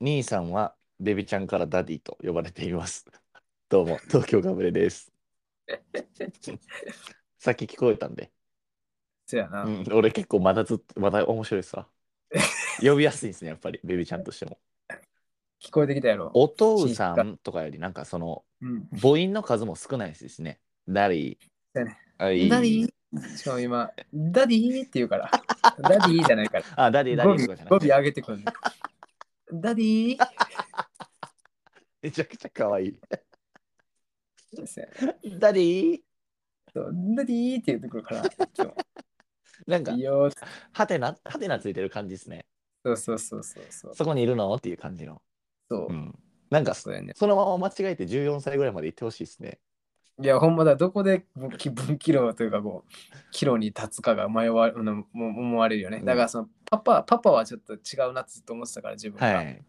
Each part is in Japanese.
兄さんはベビちゃんからダディと呼ばれています。 どうも、東京ガブレです。 さっき聞こえたんで、せやな。うん、俺結構まだずっと、まだ面白 いさ。呼びやすいですね、やっぱり、ベビちゃんとしても。聞こえてきたやろ。お父さんとかより、なんかその、うん。母音の数も少ないですね。ダリせやねー。ダディしかも今、ダディって言う から。ダディじゃないから。あ、ダディ、ダ語デ尾ィとかじゃな語く尾て。上げてくるね。ダディめちゃくちゃ可愛い。せやねダディそうダディって言ってくるから。そなんかういい、よーハテナ、ハテナついてる感じですね。そうそうそうそうそう。そこにいるのっていう感じの。そうう。ん。なんか、そうやね。そのまま間違えて14歳ぐらいまで行ってほしいですね。いや、ほんまだ、どこで分岐分岐路というか、こう、岐路に立つかが迷わあのも思われるよね。だから、その、パパ、パパはちょっと違うなってずっと思ってたから、自分が。はい。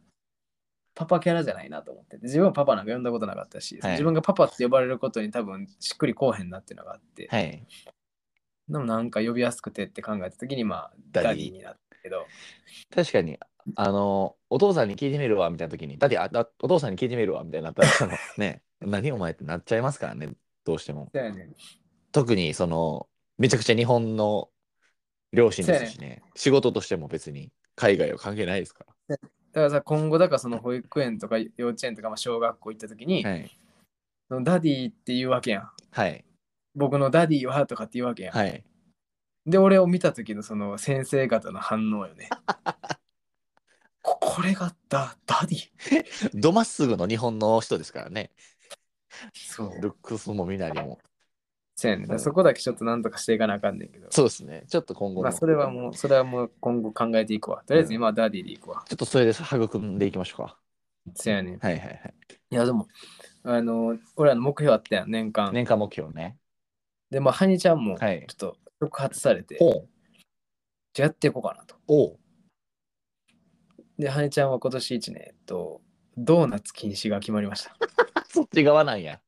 パパキャラじゃないなと思ってて自分はパパなんか呼んだことなかったし、はい自分がパパって呼ばれることに多分しっくりこうへんなっていうのがあって、はい。でもなんか呼びやすくてって考えた時にまあダダディディになったけど確かに、あの、お父さんに聞いてみるわ、みたいな時に、だって、あだお父さんに聞いてみるわ、みたいになったら、 その、ね、何お前ってなっちゃいますからね、どうしても。だよね特に、その、めちゃくちゃ日本の両親ですしね、仕事としても別に海外は関係ないですかだからさ今後だからその保育園とか幼稚園とかまあ小学校行った時に、ら。はい。そのダディって言うわけやんはい。僕のダディはとかって言うわけやん、はい。で俺を見た時のその先生方の反応 よねここれがダダディどまっすぐの日本の人ですからね、そうルックスも身なりも。そうやねだからそこだけちょっとなんとかしていかなあかんねんけどそうですね、ちょっと今後のまあそれはもう、それはもう今後考えていくわ。とりあえず今はダディでいくわ。ちょっとそれで育んでいきましょうか。せやねん。いはいはいはい。やでも、あの、俺らの目標あったやん、年間。年間目標ね。で、まあ、ハニちゃんも、ちょはっい。と触発されて、ほう。じゃあやっていこうかなと。おう。で、ハニちゃんは今年1年、えっと、ドーナツ禁止が決まりま した。そっち側なんや。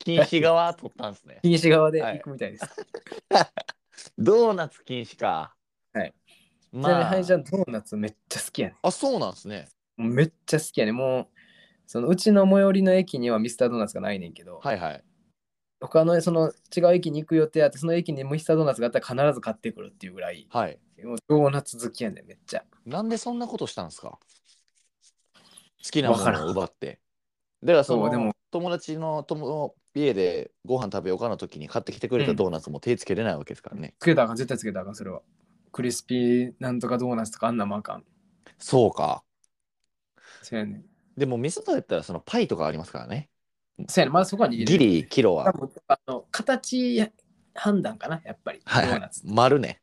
禁止側取ったんですね。禁止側ではい行くみたいです。ドーナツ禁止か。はい。ちなみにまハあニち、ゃん、ドーナツめっちゃ好きやねあ、そうなんですね。ん。もうめっちゃ好きやねん。もう、そのうちの最寄りの駅にはミスタードーナツがないねんけど、はいはい。他のその違う駅に行く予定あって、その駅にミスタードーナツがあったら必ず買ってくるっていうぐらい、はい。もうドーナツ好きやねん、めっちゃ。なんでそんなことしたんですか好きなもわからのんを奪って。だからそのそうでも友達の友家でご飯食べようかの時に買ってきてくれたうんドーナツも手つけれないわけですからね。つけたらあかん、絶対つけたらあかん、それは。クリスピーなんとかドーナツとかあんなもんあかん。そうか。そうやねん。でも味噌とやったらそのパイとかありますからね。そうやねん、まだそこは握れる。ギリキロ多は。分あの形判断かな、やっぱり。はいドはーいナツ。。丸ね。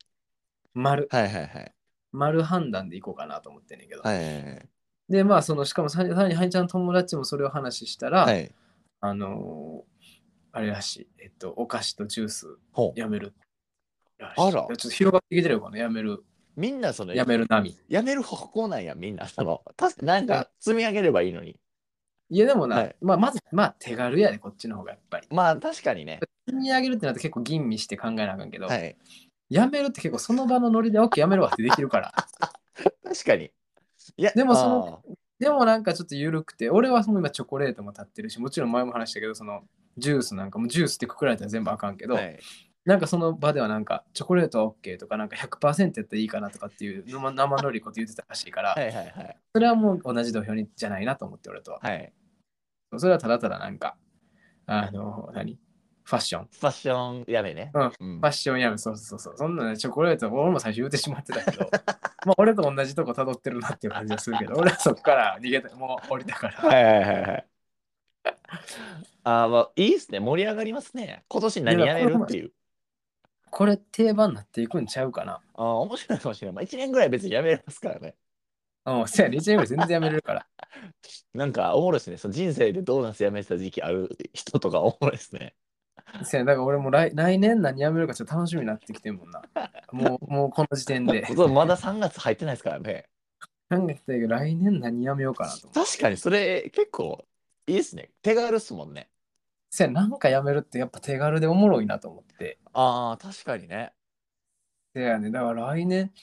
丸、はいはいはい。丸判断でいこうかなと思ってんねんけど。はいはいはいで、まあ、その、しかもささらに、ハイちゃんの友達もそれを話したら、はい。あのーあれらしい、えっと、お菓子とジュースほう。やめるらしい。いやあらちょっと広がってきてるよ、このやめる、みんなそのやめる波。やめる方向なんやみんな そのたなんか積み上げればいいのにいや、でもな、はいまあ、まず、まあ、手軽やで、こっちの方がやっぱり。まあ確かにね積み上げるってなって結構吟味して考えなあかんけど、はいやめるって結構その場のノリで OK やめるわってできるから 確かにいやでもそのでもなんかちょっと緩くて俺はその今チョコレートも立ってるしもちろん前も話したけどそのジュースなんかもジュースってくくられたら全部あかんけあーど、はいなんかその場ではなんかチョコレートは OK とかなんか100%やったらいいかなとかっていう生生のりこと言ってたらしいから、はいはいはいそれはもう同じ土俵にじゃないなと思って俺とははいそれはただただなんかあの何ファッションファッションやめねうんうんファッションやめ、そうそうそう。そんなね、チョコレート、俺も最初言ってしまってたけ ど、まあ俺と同じとこ辿ってるなっていう感じがするけど、俺はそこから逃げた、もう降りたから。はいはいはいはいあーまあいいっすね盛り上がりますね今年何やめるっていうこれ定番になっていくんちゃうかな。あー面白いかもしれない、まあ、1年ぐらい別にやめれますからねうん、せやね、1年ぐらい全然やめれるから。なんかおもろいですねその人生でドーナツやめてた時期ある人とかおもろいですねせやね、だから俺も来来年何やめるかちょっと楽しみになってきてるもんな。も う、もうこの時点で。 そうまだ3月入ってないですからね考えてたけど、来年何やめようかなと思って。確かにそれ結構いいですね手軽っすもんねせや、なんかやめるってやっぱ手軽でおもろいなと思って。ああ確かにねせやね、だから来年、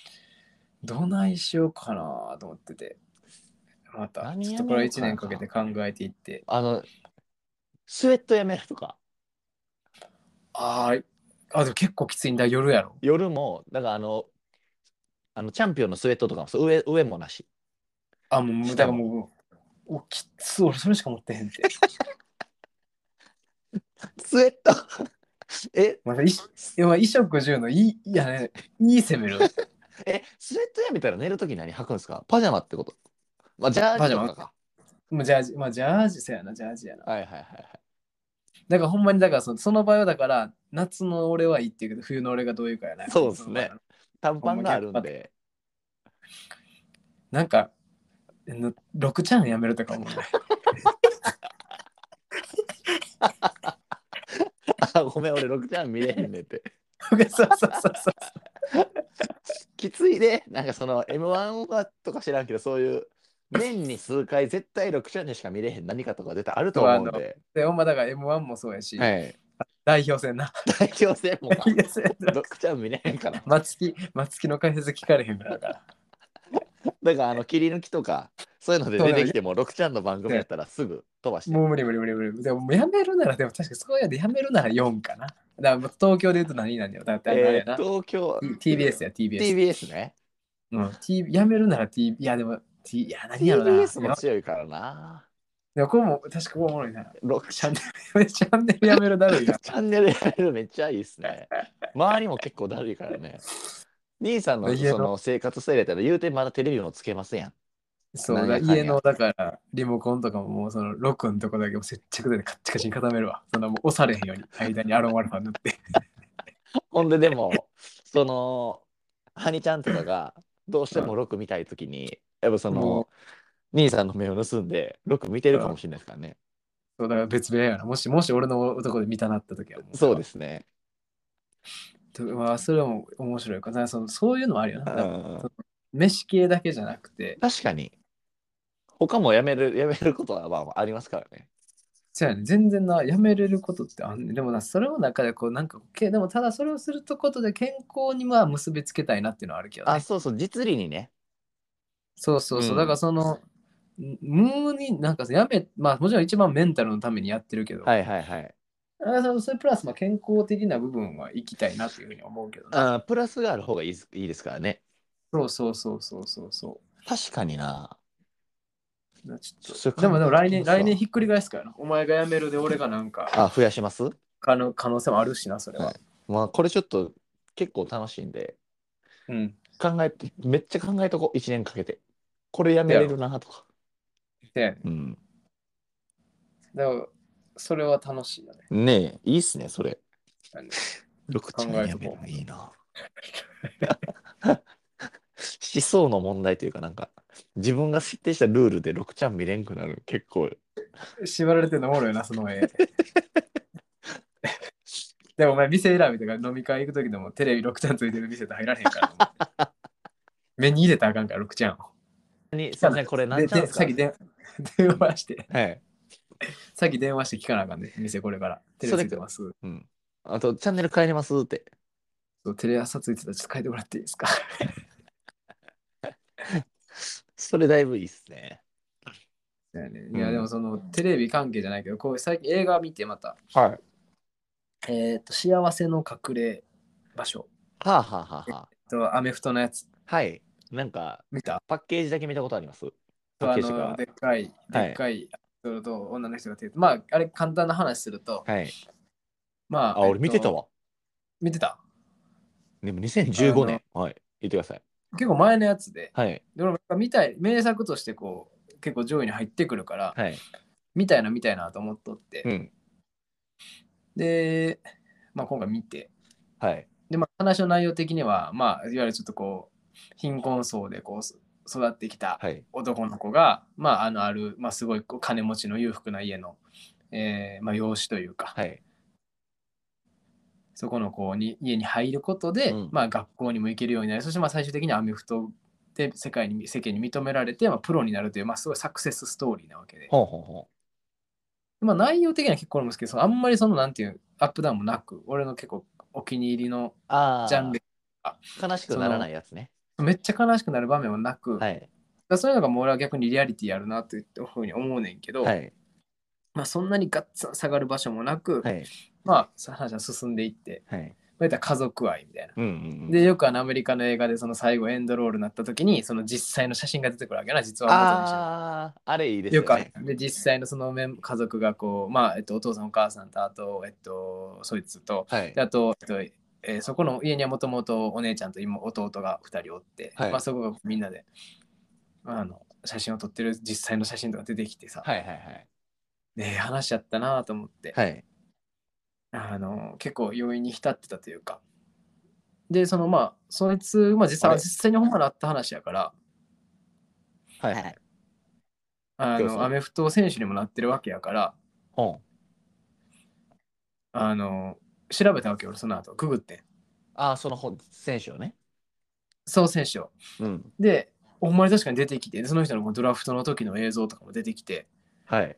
どないしようかなと思ってて。また、何ちょやっめようかとこれ1な年かけて考えていって。あの、スウェットやめるとか、あーあ、でも結構きついんだ、夜やろ。夜も、だからあの、あのチャンピオンのスウェットとかもそう上上もなし。あ、もう、だ下からももう、おきつ俺それしか持ってへんって。 スウェット え、まあ、いいやまあ衣食住のいい、いやね、いい攻める。え、スウェットやめたら寝るとき何履くんですかパジャマってこと。まあ、ジャージとかか。もうジャージ、まあジャージ、そうやな、ジャージやな。はいはいはいはい。だからほんまに、だからそのその場合はだから、夏の俺はいいっていうけど、冬の俺がどういうかやな。そうですね短パンがあるんで。なんか、の6ちゃんやめるとか思うね。あ、 ごめん、俺6ちゃん見れへんねんって。 そうそうそうそう。きついで、なんかその M1 はとか知らんけど、そういう年に数回絶対6ちゃんにしか見れへん何かとか絶対あると思うんで。で、ほんまだから M1 もそうやし、はい。代表戦な。代表戦もか 代。表戦な。 6ちゃん見れへんから。松木、松木の解説聞かれへんからだから。だからあの切り抜きとか、そういうので出てきても6ちゃんの番組やったらすぐ飛ばして。 もう無理無理無理無理。でももうやめるなら、でも確かにそうやでやめるなら4かな。だからもう東京で言うと何なんだよ。だってあれえやーな。東京 TBS や TBS。 TBS ね。うん、T やめるなら TBS。いやでも、T、いや何やろな。 TBS も強いからな。でもこれも確かこれおもろいな。 6チャンネル、チャンネルやめるだろうな。チャンネルやめるめっちゃいいですね。周りも結構だるいからね。兄さんの家のその生活スタイルやったら言うてまだテレビもつけませんやん。 そう何だ、やかんや家のだからリモコンとかももうそのロックのとこだけも接着剤でカッチカチに固めるわ。そんなもう押されへんように間にアロンアルファ塗って。ほんででも、その、ハニちゃんとかがどうしてもロック見たいときに、やっぱその、兄さんの目を盗んでロック見てるかもしれないですからね。そうだから別部屋やな。もしもし俺の男で見たなった時はも。そうですすね。まあそれも面白いからだからそのそういうのもあるような。だからん飯系だけじゃなくて、確かに。他もやめる、やめることはまあありますからね。そうやね、全然な、やめれることってあんねんでもな、それの中でこう、なんか、けでもただそれをすることで健康にまあ結びつけたいなっていうのはあるけど、あ、ね、そうそう、実利にね。そうそうそう、うんだからその、無になんかさやめ、まあもちろん一番メンタルのためにやってるけど、はいはいはい。だからそのそれプラスまあ健康的な部分は生きたいなっていうふうに思うけどな。あプラスがある方がいいですいいですからね。そうそうそうそうそうそ確かにな。う。なちょっそれとでもでも来年、考えてみますわ来年ひっくり返すからな。お前がやめるで俺がなんか、あ、増やします可能可能性もあるしな、それは。はいまあ、これちょっと結構楽しいんで、うん。考えて、めっちゃ考えとこう、1年かけて。これやめれるなとか。せやねうん。だからそれは楽しいよね。ねえ、いいっすね、そ れ。なんで6ちゃん考えやとめこうるのいいな。 思想の問題というか、なんか、自分が設定したルールで6ちゃん見れんくなる、結構。縛られてんのおもろいな、その絵。 でもお前、店選びとか飲み会行くときでもテレビ6ちゃんついてる店と入られへんから。目に入れたらあかんから、6ちゃんを。にすいません、これ何で、ちゃんで ですさかっき電電話して、はい。さっき電話して聞かなあかんね、店これから。テレビついてます。うん。あと、チャンネル変えれますって。そうテレ朝ついてたらちょっと書いてもらっていいですか。それだいぶいいっすね。だよねんいや、でもそのテレビ関係じゃないけど、こう最近映画見てまた、はい。えっ、と、幸せの隠れ場所はあはあはあはとアメフトのやつあ。はい。なんか、見たパッケージだけ見たことありますパッあケージがの。でっかい、はいでっかい、それと女の人が手まあ、あれ簡単な話すると、はい。まあ、あ、俺見てえたっと。わ。見てた。でも2015年。はい。言ってください。結構前のやつで、はい。で俺も見たい、名作としてこう、結構上位に入ってくるから、はい。見たいな、見たいなと思っとって、うん。で、まあ今回見て、はい。で、まあ話の内容的には、まあ、いわゆるちょっとこう、貧困層でこう、そ育ってきたはい。男の子が、まあ、あの、ある、まあ、すごいこう金持ちの裕福な家の、えーまあ、養子というか、はい。そこの子に家に入ることで、うんまあ、学校にも行けるようになりそしてまあ最終的にアメフトで世界に世間に認められて、まあ、プロになるという、まあ、すごいサクセスストーリーなわけで、ほうほうほまあ、内容的には結構あるんですけどそのあんまりそのなんていうアップダウンもなく俺の結構お気に入りのう。ああ。ジャンル悲しくならないやつね。めっちゃ悲しくなる場面もなく、はい。らそういうのがもう俺は逆にリアリティあるなというふうに思うねんけど、はい。まあ、そんなにガッツン下がる場所もなく、はい。まあその話は進んでいって、はい。まあ、言ったら家族愛みたいな。うんうんうん。でよくあのアメリカの映画でその最後エンドロールになった時にその実際の写真が出てくるわけやな実は元の写真ああ、あれいいですよよね。くあで実際のそのメン家族がこうまあ、えっと、お父さんお母さんとあとえっとそいつとはいで。あと、えっとえーそこの家にはもともとお姉ちゃんと今弟が2人おって、はいまあ、そこがみんなでまああの写真を撮ってる実際の写真とか出てきてさ、はいはいはい。ねえ話しちゃったなと思って、はい。あの結構容易に浸ってたというかでそのまあそいつ、まあ、実際あれ実際にほんまにあった話やからはいははいい。あそうそうのアメフト選手にもなってるわけやからほん。あの調べたわけよ俺その後ググってんああ、その本、選手をね。その選手をうん。でほんまに確かに出てきてでその人のこうドラフトの時の映像とかも出てきてはい。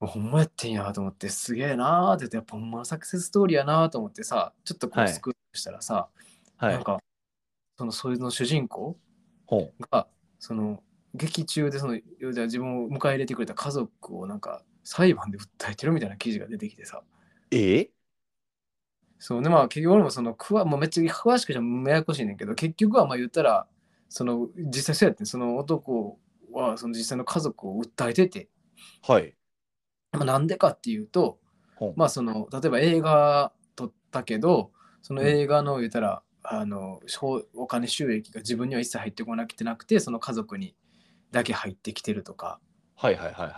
もうほんまやってんやと思ってすげえなーって言ってやっぱほんまのサクセスストーリーやなーと思ってさちょっとこはういスクープしたらさ、はなんい。かそのそれの主人公ほん。がその劇中でその要は自分を迎え入れてくれた家族をなんか裁判で訴えてるみたいな記事が出てきてさええそうねまあ結局俺もそのくわもうめっちゃ詳しくじゃややこしいねんけど結局はまあ言ったらその実際そうやってんその男はその実際の家族を訴えてて、はい。まあ、なんでかっていうとほん。まあその例えば映画撮ったけどその映画の言ったら、あのしょうお金収益が自分には一切入ってこなくてなくてその家族にだけ入ってきてるとか、はいはいはいはい。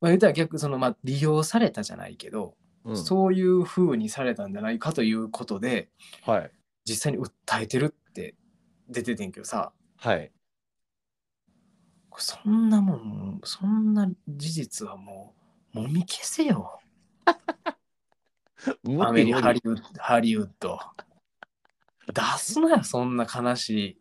まあ、言ったら逆そのまあ利用されたじゃないけど、うんそういう風にされたんじゃないかということで。はい。実際に訴えてるって出ててんけどさはい。これそんなもんそんな事実はもうもみ消せよアメリカハリウッドハリウッド出すなよそんな悲し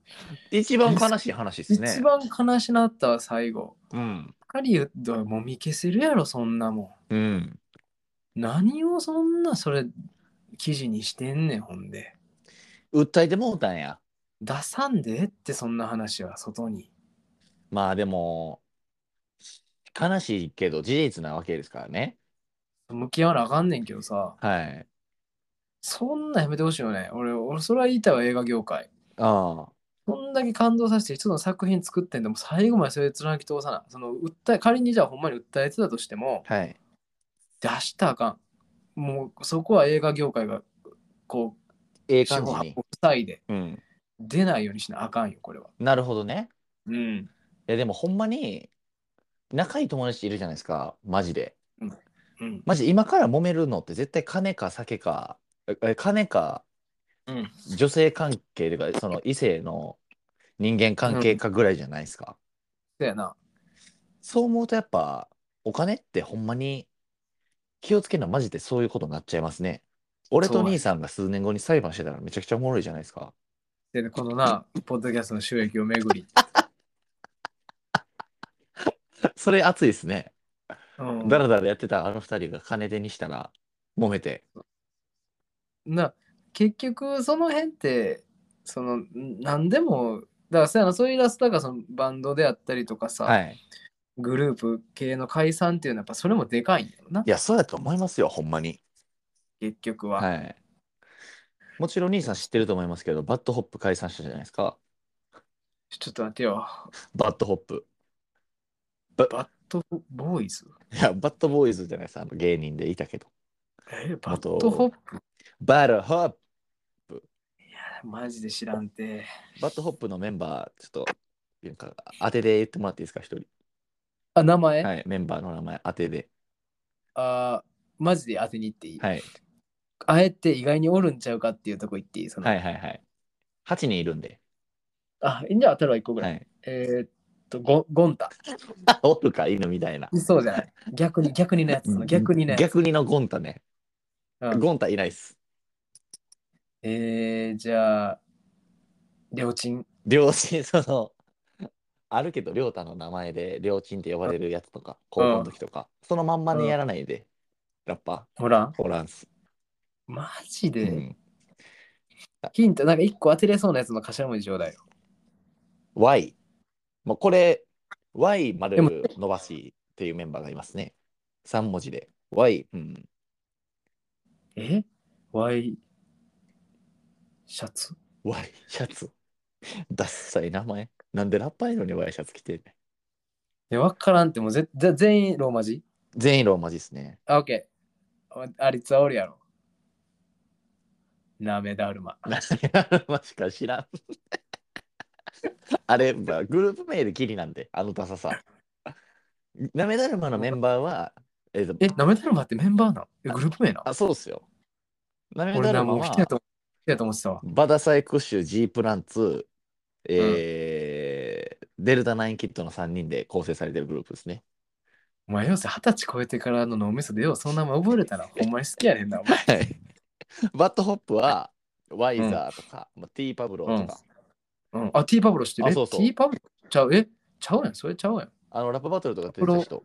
一番悲しい話でい、すね。一番悲しなったわ最後うん。ハリウッドはもみ消せるやろそんなもうん。ん何をそんなそれ記事にしてんねんほんで訴えてもうたんや。出さんでええってそんな話は外にまあでも、悲しいけど事実なわけですからね。向き合わなあかんねんけどさはい。そんなんやめてほしいよね。俺、俺それは言いたいわ、映画業界。ああ。そんだけ感動させて一つの作品作ってんでも最後までそれ貫き通さない。その訴え、仮にじゃあほんまに訴えてたとしても、はい。出したらあかん。もうそこは映画業界が、こう、ええ四感じ方八に。方塞いでうん。出ないようにしなあかんよ、これは。なるほどね。うん。いやでもほんまに、仲いい友達いるじゃないですか。マジで。うん。マジで今から揉めるのって絶対金か酒か、え金かうん。女性関係というか、その異性の人間関係かぐらいじゃないですか。そうやな。そう思うとやっぱお金ってほんまに気をつけるのはマジでそういうことになっちゃいますね。俺と兄さんが数年後に裁判してたらめちゃくちゃおもろいじゃないですか。 で、このな、ポッドキャストの収益をめぐり。それ熱いですね。うん、だらだらやってたあの二人が金手にしたら揉めて。な結局その辺ってそのん何でもだからそうやなそういうラスだからそのバンドであったりとかさ、はい。グループ系の解散っていうのはやっぱそれもでかいんだよないや、そうやと思いますよ、ほんまに。結局は、はい。もちろん兄さん知ってると思いますけど、バッドホップ解散したじゃないですか。ちょっと待ってよバッドホップ。バッドボーイズいや、バッドボーイズじゃないですあの芸人でいたけど。えバ元ッドホップバッドホップマジで知らんてバッドホップのメンバー、ちょっと、なんか当てで言ってもらっていいですか、一人。あ名前、はい、メンバーの名前当てで。あーマジで当てに行っていい、はい、あえて意外におるんちゃうかっていうとこ行っていいその、はい、はい、はい。8人いるんで。あいいんじゃあ当たるわ1個ぐら、はいい。えーっとゴンゴンタあおるか、犬みたいな。そうじゃない逆に逆にのやつその逆にのやつ逆にのゴンタね。うんゴンタいないっす。えー、じゃあ、りょうちん。両親、 その、あるけど、りょうたの名前で、りょうちんって呼ばれるやつとか、高校の時とか、そのまんまにやらないで、ラッパほら、ー、ホランス。マジうで、ん。ヒント、なんか一個当てれそうなやつの頭文字ちょうだいよ。 Y。もうこれ、 Y まででも伸ばしっていうメンバーがいますね。3文字で。Y、うん。え ?Y シャツ Y シャツ。ダッサい名前。なんでラッパーやのに Y シャツ着てんねんいや、わからんって、もうぜぜ全員ローマ字全員ローマ字ですね。 あ、オッケー。ありつはおるやろ。なめだるま。なるましか知らん。あれ、まあグループ名でキリなんで、あのダサさ。なめだるまのメンバーは、えっとえ、なめだるまってメンバーなのえグループ名なのあ、そうっすよ。なめ俺だな、るまもう一人やは、と思一人やと思ってたわ。バダサイクッシュ、ジープランツ、えーデルタナインキットの3人で構成されてるグループですね。お前よせ、二十歳超えてからの脳みそでよ、そんなもん覚えれたら、ほんまに好きやねんな、お前。はい。バッドホップは、ワイザーとか、まあ、ティーパブローとか、うん、あ、T パブロ知ってるあえそうそう ?T パブロちゃうえちゃうやん、それちゃうやん。ちあの、ラップバトルとか出てた人。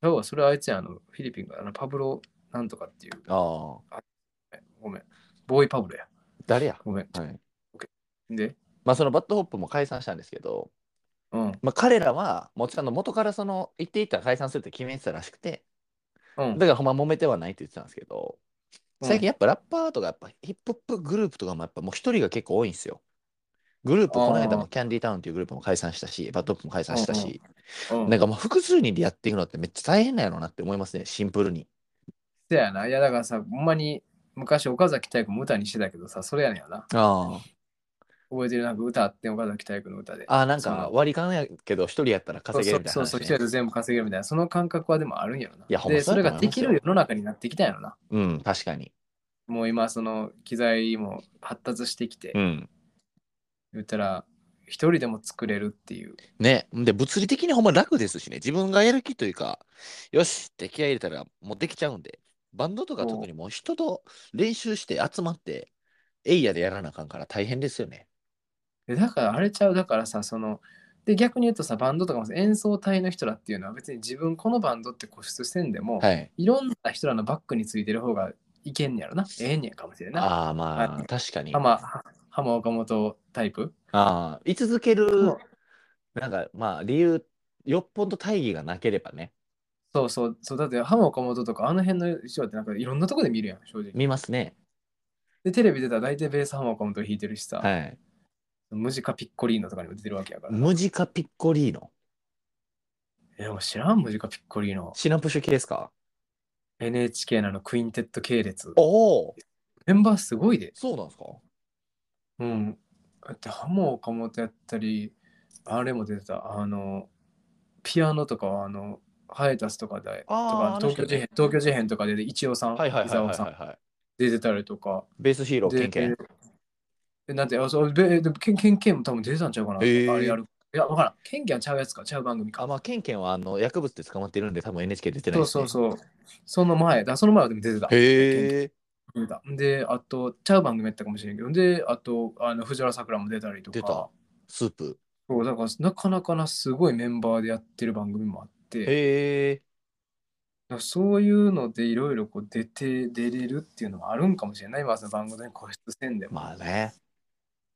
ゃうわ、それあいつやんあの、フィリピンからあのパブロなんとかっていう。ああ、ごめん。ボーイパブロや。誰や。ごめん。はい。で、まあ、そのバッドホップも解散したんですけど、うん、まあ、彼らはもちろん元からその行っていったら解散するって決めてたらしくてうんだ。からほんま揉めてはないって言ってたんですけど最近やっぱラッパーとかやっぱヒップホップグループとかもやっぱもう一人が結構多いんですよグループあーこの間もキャンディータウンっていうグループも解散したしバッドホップも解散したしうん、うんなんかもう複数人でやっていくのってめっちゃ大変なんやろうなって思いますねシンプルにせやな。いや、だからさ、ほんまに昔岡崎体育も歌にしてたけどさ、それやねんよな。あ覚えてるなんか歌あって岡崎体育の歌で。あーなんそかの割り勘やけど一人やったら稼げるみたいそなうそう話そう、一ね人で全部稼げるみたいな、その感覚はでもあるんやろな。いやほんまで、そそうれやとが思いでますきよる世の中になってきたんやろな。うん確かにもう今、その機材も発達してきて、うん言ったら、一人でも作れるっていう。ね、で物理的にほんま楽ですしね、自分がやる気というか、よしって気合い入れたらもうできちゃうんで、バンドとか特にもう人と練習して集まって、エイヤでやらなあかんから大変ですよね。でだから、あれちゃう、だからさ、その、で、逆に言うとさ、バンドとかもさ演奏隊の人らっていうのは別に自分このバンドって固執せんでも、はい。いろんな人らのバックについてる方がいけんねやろな。ええんねやかもしれんない。ああ、まはあ、い確かに。あ浜、浜岡本タイプあ、居続けるそ、なんかまあ、理由、よっぽど大義がなければね、そうそう、そうだって浜岡本とかあの辺の人だってなんかいろんなとこで見るやん、正直。見ますね。で、テレビ出たら大体ベース浜岡本弾いてるしさ、はい。ムジカピッコリーノとかにも出てるわけやから。ムジカピッコリーノ。え、もう知らん、ムジカピッコリーノ。シナプシュ系ですか NHK のあのクインテッド系列。おお、メンバーすごいで。そうなんですかうん。だって浜岡本やったり、あれも出てた、あの、ピアノとかはあの、ハイタスとかで、とあーかあの東人京事変、東京事変とかで一応さん、はいはいはい伊は沢いさはんい、はい。出てたりとか。ベースヒーロー、ケンケン。えなんて、あ、そう、べ、でもケンケンケンも多分出てたんちゃうかな。へーあれやる。いや、わからん。ケンケンはちゃうやつか、ちゃう番組あ、か。まあ、ケンケンはあの薬物で捕まってるんで、多分 NHK 出てないそうです、そね。うそう。その前、だその前はでも出てた。へえ、出てたで、あと、ちゃう番組やったかもしれんけど、で、あと、あの藤原さくらも出たりとか。出たスープ。そう、だから、なかなかな、すごいメンバーでやってる番組もあって、だかへえ、らそういうので、いろいろこう出て、出れるっていうのもあるんかもしれない。今、その番組に固執せんでも。まあね、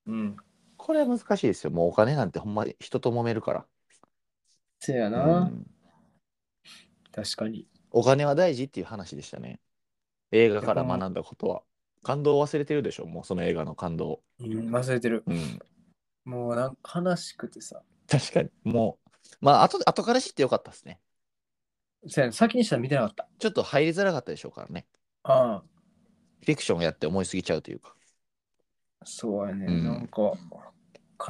うん。これは難しいですよ。もうお金なんてほんま人と揉めるから。せやな、うん確かに。お金は大事っていう話でしたね。映画から学んだことは。感動を忘れてるでしょ、もうその映画の感動。うん、忘れてる。うん、もうなんか悲しくてさ。 確かに。もう、まあ、後で後から知ってよかったですね。せやな先にしたら見てなかった。ちょっと入りづらかったでしょうからね。あフィクションやって思いすぎちゃうというか。あ、そうやね。うんなんか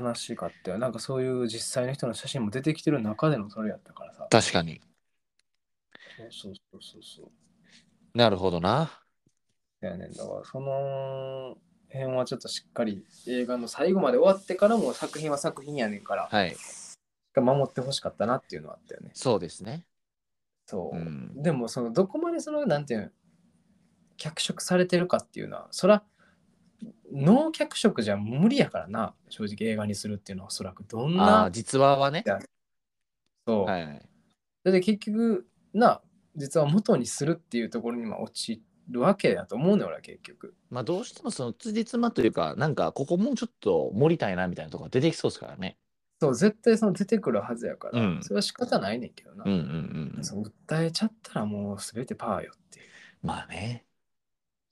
悲しかったよ。なんかそういう実際の人の写真も出てきてる中でのそれやったからさ。確かに。そうそうそうそうそう。なるほどな。せやねん。だからその辺はちょっとしっかり映画の最後まで終わってからも作品は作品やねんから、はい。守ってほしかったなっていうのはあったよね。そうですね。そう。うんでもそのどこまでそのなんていうの脚色されてるかっていうのはそらノー脚色じゃ無理やからな正直映画にするっていうのはおそらくどんあなー実話はね。そう、はいはい。だって結局な実は元にするっていうところにまあ落ちるわけだと思うね俺は結局まあどうしてもその辻褄というか、なんかここもうちょっと盛りたいなみたいなとこが出てきそうですからね。そう、絶対その出てくるはずやから、うんそれは仕方ないねんけどな。うんうんうんうん。そう訴えちゃったらもう全てパーよっていう。まあね。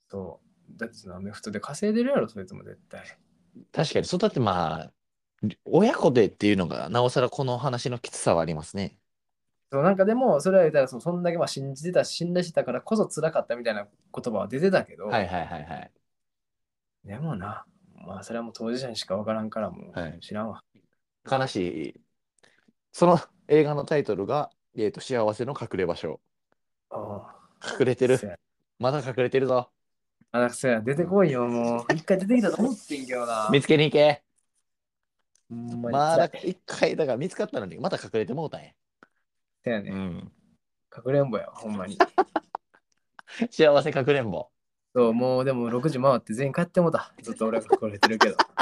そう。だってそのアメフトで稼いでるやろ、それとも絶対。確かに、そうだってまあ、親子でっていうのが、なおさらこの話のきつさはありますね。そうなんかでも、それは言ったらその、そんだけまあ信じてたし、信頼してたからこそ辛かったみたいな言葉は出てたけど、はいはいはいはい。でもな、まあそれはもう当事者にしか分からんからもはいう知らんわ。悲しい。その映画のタイトルが、えーと、幸せの隠れ場所。あ隠れてある。せやまだ隠れてるぞ。あだからせや出てこいよ、もう。一回出てきたと思ってんけどな。見つけに行け。ほんまにまだ辛い一回、だから見つかったのに、まだ隠れてもうたんや。せやね、ん。かくれんぼや、ほんまに。幸せかくれんぼ。そう、もうでも6時回って全員帰ってもうた。ずっと俺が隠れてるけど。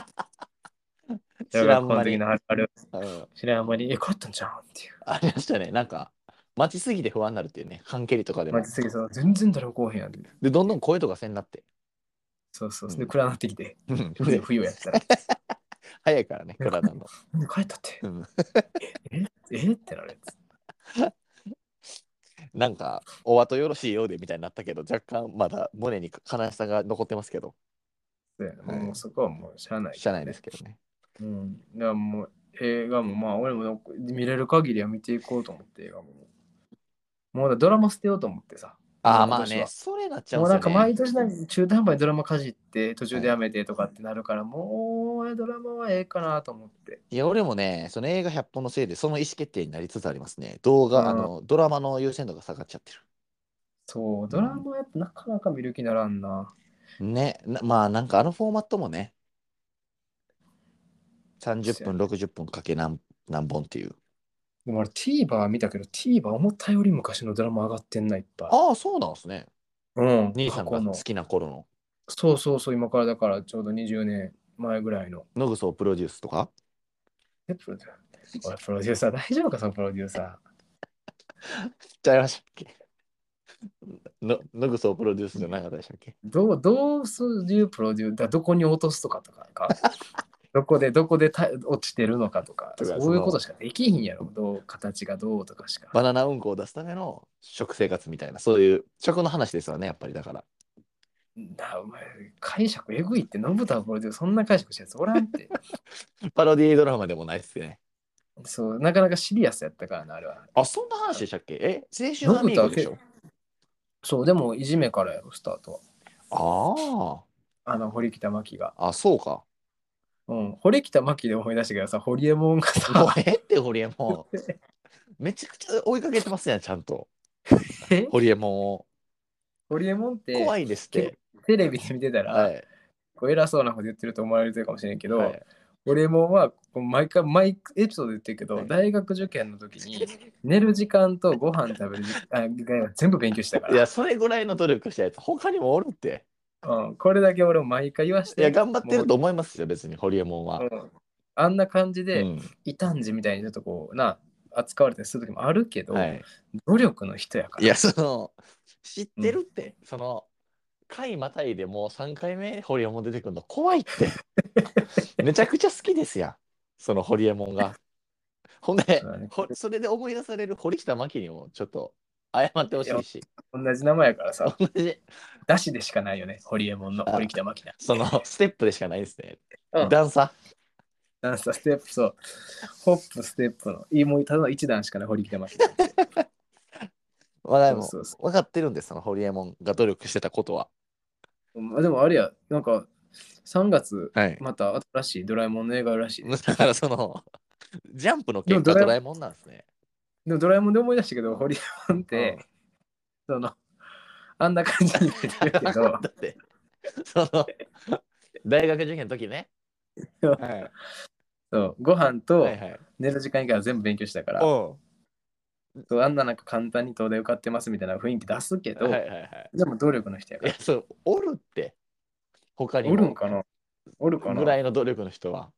知らんこのまに時。のあるあるうん知らんまに、え、帰ったんじゃんっていう。ありましたね。なんか、待ちすぎて不安になるっていうね。半蹴りとかでもマジ。すぎそう、全然誰も来おへんやんって。で、どんどん声とかせんなって。そうそう、うんで、暗なってきて、 うん冬冬やったら。早いからね、体の。なんで帰ったってう。んえってなるやつ。なんか、お後よろしいようでみたいになったけど、若干まだ胸に悲しさが残ってますけど、そうやなはいもうそこはもうしゃあない。しゃあないですけどね。うん。だからもう映画もまあ俺も見れる限りは見ていこうと思って映画も。もうだドラマ捨てようと思ってさ。ああ、今まあ年はね、それなっちゃうもうなんか毎ね。年なんか中途半端にドラマかじって途中でやめてとかってなるから、もうドラマはええかなと思って。いや、俺もね、その映画100本のせいで、その意思決定になりつつありますね。動画、うんあの、ドラマの優先度が下がっちゃってそう、ドラマはやっぱなかなか見る気ならんな。る。ね、なまあなんかあのフォーマットもね、30分、60分かけ何何本っていう。でもあれ TVer 見たけど TVer 思ったより昔のドラマ上がってんないっぱい。ああ、そうなんですね。うん、兄さん過が去の好きな頃の、そうそうそう、今からだからちょうど20年前ぐらいの。ノグソプロデュースとか。えプロデューサーおいプロデューサー大丈夫か、そのプロデューサちゃいましたっけのノグソプロデュースじゃなかったでしたっけー。どう、どうそういうプロデューサー、どこに落とすとかとかか どこで、どこでた落ちてるのかとか、とかそういうことしかできひんやろ。どう、形がどうとかしか。バナナうんこを出すための食生活みたいな、そういう食の話ですよね、やっぱりだから。なお前、解釈えぐいって、信田プロデューサー、そんな解釈したやつおらんって。 パロディードラマでもないっすよね。そう、なかなかシリアスやったからな、あれは。あ、そんな話でしたっけえ、青春アミーゴでしょそう、でも、いじめからやろ、スタートは。ああの、堀北真希が。あ、あ、そうか。うん、堀北真希で思い出したけどさ、堀江門がさ、 もうええって、ホリエモン。めちゃくちゃ追いかけてますやん、ちゃんと。えホリエモンを。堀江門って怖いんですって。テレビで見てたら、はい。こう偉そうなこと言ってると思われてるかもしれんけど、はい堀江門はこう毎回毎エピソードで言ってるけど、はい大学受験の時に寝る時間とご飯食べる時間あ以外は全部勉強したかいらや、、それぐらいの努力したやつ、他にもおるって。うん、これだけ俺も毎回言わしいてや、頑張ってると思いますよ、別に、ホリエモンは。もううんあんな感じで、うん異端児みたいにちょっとこうな扱われたりする時もあるけど、はい、努力の人やからいやその知ってるって、その回またいでもう3回目ホリエモン出てくるの怖いって めちゃくちゃ好きですやんそのホリエモンがほんでそうだねほそれで思い出される堀北真希にもちょっと謝ってほしいし同じ名前やからさ 同じ出しでしかないよね堀江門のあ堀北真希なそのステップでしかないですね、うん段差ダンスとステップそう。ホップ、ステップの。いいもうただの一段しかね、堀北真希。わかりもそうそうそ分かってるんですそのホリエモンが努力してたことはまあでもあれや、なんか3月、はいまた新しいドラえもんの映画あるらしいね。だからそのジャンプの結でもドラ果えドラえもんなんですねでもドラえもんで思い出したけど、堀北真希って、その、あんな感じに見え てるけどだ、って、その、大学受験の時ね。そうはそうご飯い。とはいはい。寝る時間以外は全部勉強したから、おそうあんななんか簡単に東大受かってますみたいな雰囲気出すけうど、はいはいはい。でも努力の人やいかや、ら。そう、おるって。他におるんも。かなおるかなぐらいの努力の人は。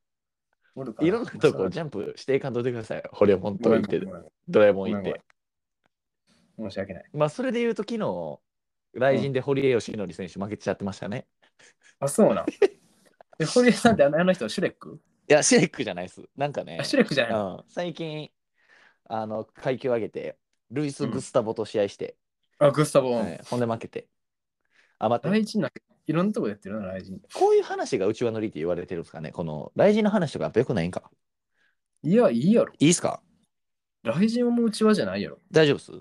おるかいろんなとこジャンプしていかんといてください。ホリエモンと言って、ドラえもん行っごめんて。申し訳ない。まあ、それで言うと、昨日、雷神で堀江義則選手負けちゃってましたね。 あ、そうなん。で、堀江さんってあのあの人、シュレックいや、シェレックじゃないです。なんかねあ、シュレックじゃないのうん、最近、あの、階級上げて、ルイス・グスタボと試合して、あ、グスタボン。はいほんで負けて。あ、待って、大事な、いろんなとこでやってるな、大事に。こういう話がうちわのりって言われてるんですかね。この、雷神の話とかやっぱよくないんか。いや、いいやろ。いいっすか雷神はもううちわじゃないやろ。大丈夫っす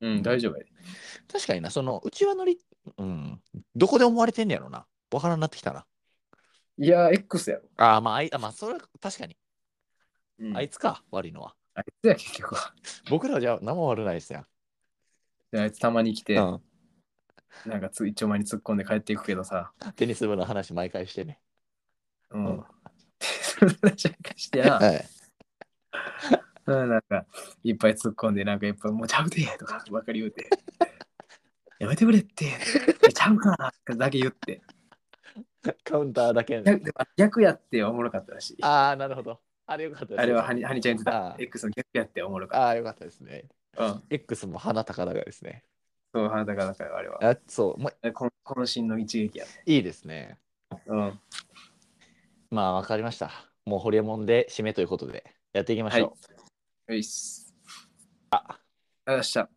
うん、大丈夫やで。確かにな、その、うちわのり、うん、どこで思われてんねやろな。わからんなってきたな。いや、X やろ。あー、まあ、あいあまあ、それは確かに、うんあいつか、悪いのは。あいつや、結局は。僕らじゃ何も悪ないですやん。であいつたまに来て、うん。なんかつ一丁前に突っ込んで帰っていくけどさ。テニス部の話毎回してね。うん うん。そんな話して な。はい。うん、なんか、いっぱい突っ込んで、なんかいっぱい、もうちゃうでとかばっかり言う て、やめてくれって、ちゃうかなってだけ言 って、カウンターだけ。逆でも逆やっておもろかったらしい。あああ、なるほど。あれよかったですれはハニハニちゃん言ってあたあ、 X の逆やっておもろかっああ、よかったですね。た。うん、 X も鼻高々ですね。そう、鼻高だから、あれは。あそう、もうこん渾身の一撃やね。いいですね。うん。まあ、わかりました。もうホリエモンで締めということで、やっていきましょう。はい。よいっす。あ、ありがとうございました。